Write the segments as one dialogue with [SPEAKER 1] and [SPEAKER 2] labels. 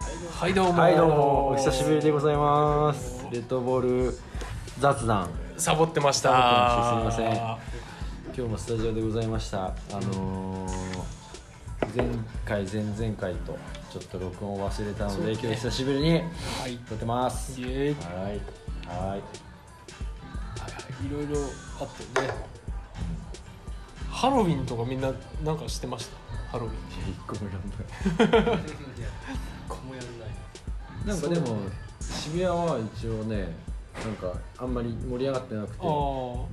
[SPEAKER 1] はいどうも
[SPEAKER 2] はいどうもお久しぶりでございますレッドボール雑談
[SPEAKER 1] サボってました
[SPEAKER 2] サボってましたすいま今日もスタジオでございましたあのー、前回前々回とちょっと録音を忘れたので、
[SPEAKER 1] そうね
[SPEAKER 2] 今日久しぶりに
[SPEAKER 1] はいイ
[SPEAKER 2] 撮ってます
[SPEAKER 1] エ
[SPEAKER 2] は
[SPEAKER 1] ーイはい
[SPEAKER 2] いはい
[SPEAKER 1] はいいろいろあってねハロウィンとかみんななんかしてましたハロウィン
[SPEAKER 2] 一個もやん
[SPEAKER 3] こもやんない
[SPEAKER 2] ないなんかでも渋谷は一応ねなんかあんまり盛り上がってなくて
[SPEAKER 1] ああ
[SPEAKER 2] でも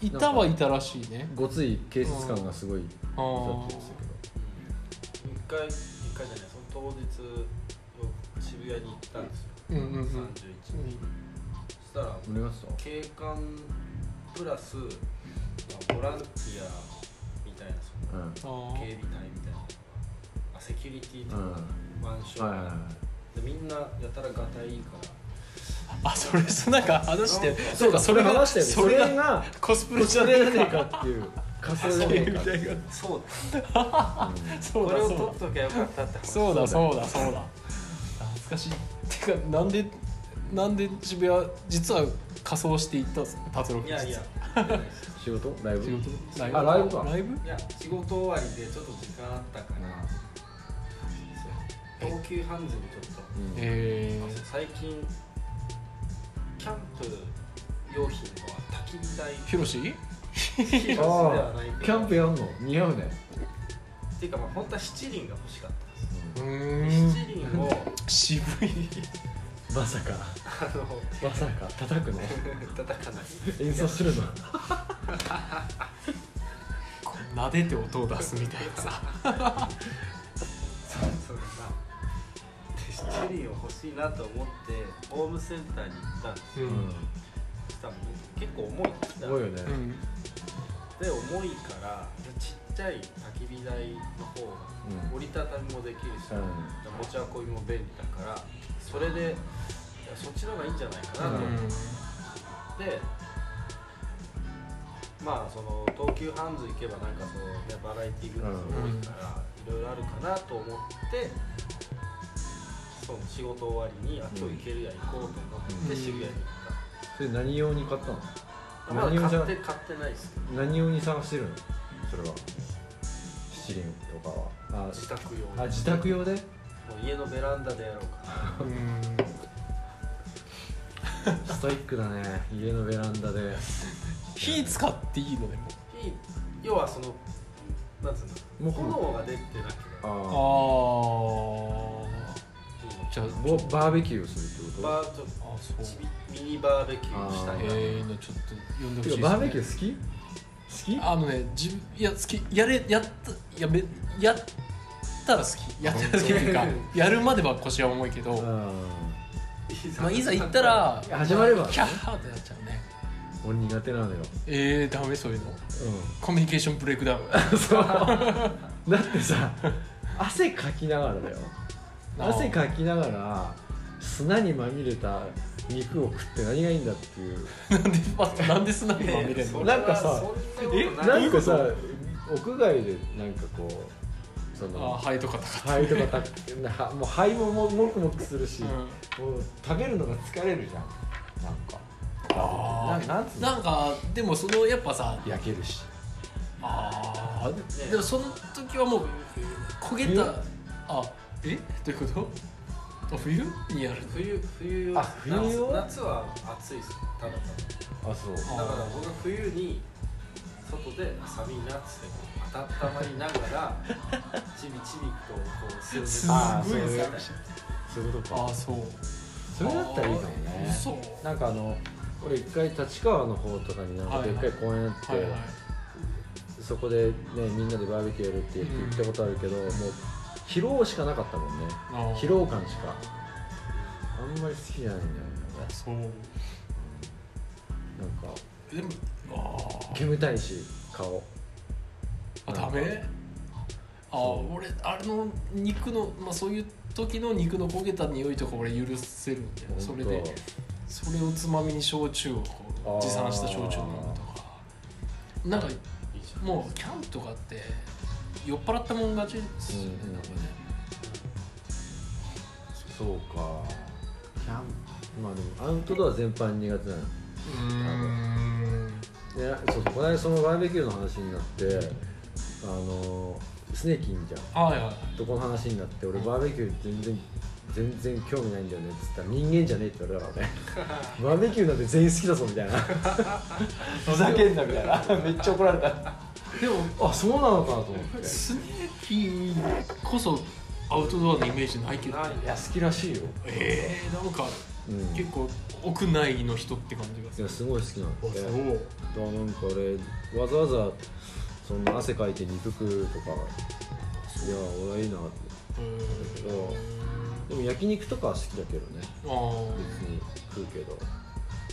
[SPEAKER 1] いたは
[SPEAKER 2] なん
[SPEAKER 1] い
[SPEAKER 2] か
[SPEAKER 1] たらしいね
[SPEAKER 2] ごつい警察官がすごい
[SPEAKER 1] あ
[SPEAKER 2] だ
[SPEAKER 1] あ
[SPEAKER 2] ってましたけど
[SPEAKER 3] 一回一回じゃないその当日渋谷に行ったんですよ、
[SPEAKER 1] うんうんうん
[SPEAKER 3] 31日そしたら
[SPEAKER 2] 乗りました
[SPEAKER 3] 警官プラス、まあ、ボランティアみたいなそ
[SPEAKER 2] うん
[SPEAKER 1] あ
[SPEAKER 3] の警
[SPEAKER 1] ー
[SPEAKER 3] 備隊みたいなのがあセキュリティと
[SPEAKER 2] う
[SPEAKER 3] か、
[SPEAKER 2] ん
[SPEAKER 3] マンション、
[SPEAKER 2] はいはいはい
[SPEAKER 3] でみんなやたらがたいいから
[SPEAKER 1] あそれそなんか話して
[SPEAKER 2] そうだ、
[SPEAKER 1] そ
[SPEAKER 2] そ
[SPEAKER 1] れ
[SPEAKER 2] れ
[SPEAKER 1] が
[SPEAKER 2] 話したよね。
[SPEAKER 1] そ
[SPEAKER 2] そ
[SPEAKER 1] れが
[SPEAKER 2] れが、
[SPEAKER 1] コスプ
[SPEAKER 2] こ
[SPEAKER 1] レ
[SPEAKER 2] れ
[SPEAKER 1] じ
[SPEAKER 2] じ
[SPEAKER 1] ゃ
[SPEAKER 2] ゃ
[SPEAKER 1] ね
[SPEAKER 2] ね
[SPEAKER 1] え
[SPEAKER 2] え
[SPEAKER 1] か
[SPEAKER 2] かっていう。仮想じゃねえかっていう。
[SPEAKER 3] そうだ
[SPEAKER 1] そう
[SPEAKER 3] こ
[SPEAKER 1] だ
[SPEAKER 3] れを
[SPEAKER 1] そうだ
[SPEAKER 3] 取っときゃよかったって話
[SPEAKER 1] そうだそうだそうだ懐かしいてかなんでなんで渋谷実は仮装していったんですか達郎
[SPEAKER 3] いやいや
[SPEAKER 2] 仕事ライブ
[SPEAKER 1] 仕事ライブ
[SPEAKER 2] あライブか
[SPEAKER 1] ライブ
[SPEAKER 3] いや仕事終わりでちょっと時間あったから、そう東急ハンズにちょっと
[SPEAKER 2] うん
[SPEAKER 1] え
[SPEAKER 3] あそう最近キャンプ用品の焚き火台
[SPEAKER 1] ー、ヒロシ
[SPEAKER 3] 火
[SPEAKER 2] あ
[SPEAKER 3] の巣ではない
[SPEAKER 2] ーキャンプやんの似合うね。
[SPEAKER 3] っていうかまあ本当は七輪が欲しかったんで
[SPEAKER 1] う
[SPEAKER 3] す七
[SPEAKER 1] ーん
[SPEAKER 3] 輪 を
[SPEAKER 1] 渋い
[SPEAKER 2] まさか、
[SPEAKER 3] あの
[SPEAKER 2] まさか、叩くの
[SPEAKER 3] 叩かない
[SPEAKER 2] 演奏するの
[SPEAKER 1] こう撫でて音を出すみたいなさ
[SPEAKER 3] そうそうだなで七輪を欲しいなと思ってホームセンターに行ったんです
[SPEAKER 1] うん
[SPEAKER 2] うん。
[SPEAKER 3] そしたらもう結構重いんです
[SPEAKER 2] す
[SPEAKER 3] よ
[SPEAKER 2] ごいよね。
[SPEAKER 1] うん
[SPEAKER 3] で重いからちっちゃい焚き火台の方
[SPEAKER 2] う
[SPEAKER 3] が
[SPEAKER 2] ん
[SPEAKER 3] 折りたたみもできるし、
[SPEAKER 2] うん
[SPEAKER 3] 持ち運びも便利だからそれでいやそっちの方がいいんじゃないかなと
[SPEAKER 1] う
[SPEAKER 3] 思
[SPEAKER 1] ん
[SPEAKER 3] って、まあその東急ハンズ行けばなんかその、ね、バラエティグッズ多いからいろいろあるかなと思ってその仕事終わりにあ今日行けるや行こうと思っ
[SPEAKER 1] う
[SPEAKER 3] て
[SPEAKER 1] ん
[SPEAKER 3] 渋谷に行っ
[SPEAKER 2] それ何用に買ったの
[SPEAKER 3] た、まだ
[SPEAKER 2] 何をじゃ
[SPEAKER 3] 買って買ってないですけど
[SPEAKER 2] 何用に探してるのそれは。七輪とかは。
[SPEAKER 3] 自宅用
[SPEAKER 2] あ、あ自宅用で
[SPEAKER 3] もう家のベランダでやろうかな
[SPEAKER 1] うん
[SPEAKER 2] ストイックだね。家のベランダで。
[SPEAKER 1] 火使っていいのでも
[SPEAKER 3] 火要はそのなんつうの
[SPEAKER 2] もくもく
[SPEAKER 3] 炎が出てなければ
[SPEAKER 2] ああ。
[SPEAKER 1] ああ
[SPEAKER 3] いいの
[SPEAKER 1] じゃあ
[SPEAKER 2] ぼバーベキューをするってこと
[SPEAKER 3] バーちょっと
[SPEAKER 1] あそう
[SPEAKER 3] ちびミニバーベキューしたいな
[SPEAKER 1] えー、のちょっと呼んでほしいで
[SPEAKER 2] てか
[SPEAKER 1] すね
[SPEAKER 2] バーベキュー好き好き
[SPEAKER 1] あのね、自分いや好きやれやったやめやったら好きやったら好きっていうかやるまでは腰は重いけど、
[SPEAKER 2] うん
[SPEAKER 1] まあいざ行ったら
[SPEAKER 2] いや始まれば
[SPEAKER 1] キャッハーってなっちゃうね。
[SPEAKER 2] 俺苦手なのよ、
[SPEAKER 1] えー、ダメそういうの。
[SPEAKER 2] う
[SPEAKER 1] コミュニケーションブレイクダウン。
[SPEAKER 2] ん、 そうだってさ汗かきながらだよ汗かきながら砂にまみれた肉を食って何がいいんだっていう
[SPEAKER 1] なんで待ってなんで砂にまみれん
[SPEAKER 2] そ
[SPEAKER 1] の
[SPEAKER 2] う。なんかさ
[SPEAKER 3] え
[SPEAKER 2] なんかさ屋外でなんかこうそ
[SPEAKER 1] あー
[SPEAKER 2] の
[SPEAKER 1] 肺とか高
[SPEAKER 2] 肺とかたなもう肺もももくもくするし、
[SPEAKER 1] い。うん
[SPEAKER 2] もう食べるのが疲れるじゃんなんか
[SPEAKER 1] あー
[SPEAKER 2] ななんつうの
[SPEAKER 1] なんかでもそのやっぱさ
[SPEAKER 2] 焼けるし
[SPEAKER 1] あーでもその時はもう焦げたあえどういうことあ冬にやる
[SPEAKER 3] 冬冬
[SPEAKER 2] あ冬用
[SPEAKER 3] 夏夏は暑いですただ
[SPEAKER 2] あそう
[SPEAKER 3] ただだから僕は冬に外で寒いなっつって温まりながらちびちびとこうする
[SPEAKER 1] す
[SPEAKER 2] ごいあ
[SPEAKER 1] ご
[SPEAKER 2] ー
[SPEAKER 1] い
[SPEAKER 2] そういう
[SPEAKER 1] 寂しい
[SPEAKER 2] そういうこと
[SPEAKER 1] あ
[SPEAKER 2] か
[SPEAKER 1] あそう
[SPEAKER 2] それだったらいいかもね
[SPEAKER 1] そう
[SPEAKER 2] なんかあの俺一回立川の方とかになんか
[SPEAKER 1] はい
[SPEAKER 2] で
[SPEAKER 1] は
[SPEAKER 2] っ
[SPEAKER 1] い
[SPEAKER 2] かい公園あって、
[SPEAKER 1] はいはい
[SPEAKER 2] そこでねみんなでバーベキューやるって言って
[SPEAKER 1] うん
[SPEAKER 2] 行ったことあるけど、もう疲労しかなかったもんね
[SPEAKER 1] あー
[SPEAKER 2] 疲労感しかあんまり好きじゃないんだよね
[SPEAKER 1] そう
[SPEAKER 2] なんか
[SPEAKER 1] でもあー
[SPEAKER 2] 煙たいし顔
[SPEAKER 1] あダメあー
[SPEAKER 2] そう
[SPEAKER 1] 俺あれの肉のまあそういう時の肉の焦げた匂いとか俺許せるんだよそれでそれをつまみに焼酎をこ
[SPEAKER 2] あ
[SPEAKER 1] う
[SPEAKER 2] ー
[SPEAKER 1] 持参した焼酎を飲むとかなんか
[SPEAKER 3] いいじゃん
[SPEAKER 1] もうキャンプとかって酔っ払ったもん勝ちですよね、
[SPEAKER 2] うん
[SPEAKER 1] なんかね
[SPEAKER 2] そうかキャンプまあでもアウトドア全般苦手なの
[SPEAKER 1] うん
[SPEAKER 2] でそうそうこの間そのバーベキューの話になってあのスネーキいんじゃん
[SPEAKER 1] はいはい
[SPEAKER 2] とこの話になって俺バーベキュー全然全然興味ないんだよねっつったら人間じゃねえって言われたから ねバーベキューなんて全員好きだぞみたいなふざけんなみたいな めっちゃ怒られた
[SPEAKER 1] でも
[SPEAKER 2] あそうなのかと思ってい
[SPEAKER 1] スネーキーこそアウトドアのイメージないけど
[SPEAKER 3] ない
[SPEAKER 2] や好きらしいよ、
[SPEAKER 1] えー、なんか
[SPEAKER 2] うん、
[SPEAKER 1] 結構屋内の人って感じが
[SPEAKER 2] い
[SPEAKER 1] する
[SPEAKER 2] やすごい好きなんだって
[SPEAKER 1] あそう
[SPEAKER 2] だからなんか俺わざわざそんな汗かいて肉食うとかいや俺はいいなって
[SPEAKER 1] うーん
[SPEAKER 2] でも焼肉とかは好きだけどね
[SPEAKER 1] あー
[SPEAKER 2] 別に食うけどう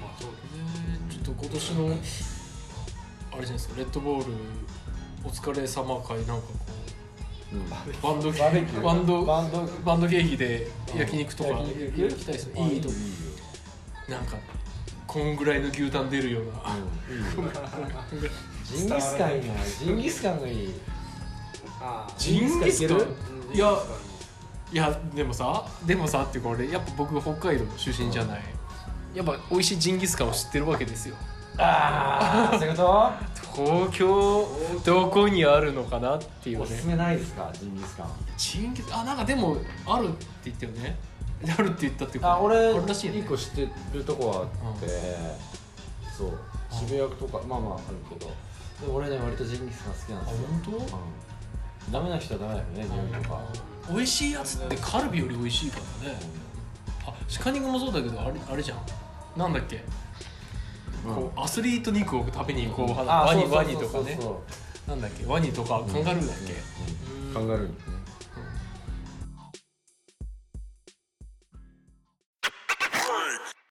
[SPEAKER 3] まあそう
[SPEAKER 1] えーちょっと今年のあれじゃないですかレッドボールお疲れ様会なんかこ
[SPEAKER 2] ん、うん、
[SPEAKER 1] うバンド
[SPEAKER 2] バーベキュー
[SPEAKER 1] バンド
[SPEAKER 2] バンド
[SPEAKER 1] バンド経費で焼肉とか
[SPEAKER 2] 焼肉
[SPEAKER 1] 行きたいですねいいと
[SPEAKER 2] いいよ
[SPEAKER 1] なんかこんぐらいの牛タン出るような、
[SPEAKER 2] うんいいよジンギスカンいいなジンギスカンがいい
[SPEAKER 3] あー
[SPEAKER 1] ジンギスカン
[SPEAKER 2] ジンギスカンいける
[SPEAKER 3] うん
[SPEAKER 1] いやいやでもさでもさっていうか俺やっぱ僕北海道の出身じゃない、やっぱ美味しいジンギスカンを知ってるわけですよ
[SPEAKER 2] ああそういうこ
[SPEAKER 1] 東京どこにあるのかなっていう
[SPEAKER 2] と
[SPEAKER 1] ね
[SPEAKER 2] おすすめないですかジンギスカン
[SPEAKER 1] チンギスあなんかでもあるって言ったよねあるって言ったっていうか
[SPEAKER 2] あ俺
[SPEAKER 1] らしいよね
[SPEAKER 2] 一個知ってるとこはあって、そう渋谷とかまあまああるけどでも俺ね割とジンギスカン好きなん
[SPEAKER 1] あ
[SPEAKER 2] ですよ、
[SPEAKER 1] 本
[SPEAKER 2] うん、ダメな人はダメだよね
[SPEAKER 1] 当、
[SPEAKER 2] 料理とか、
[SPEAKER 1] うん美味しいやつってカルビより美味しいからねあシカ肉もそうだけどあれあれじゃんなんだっけ、こうアスリート肉を食べに行こう派なワニワニとかねなんだっけワニとかカンガルーだっけ、うん
[SPEAKER 2] 考える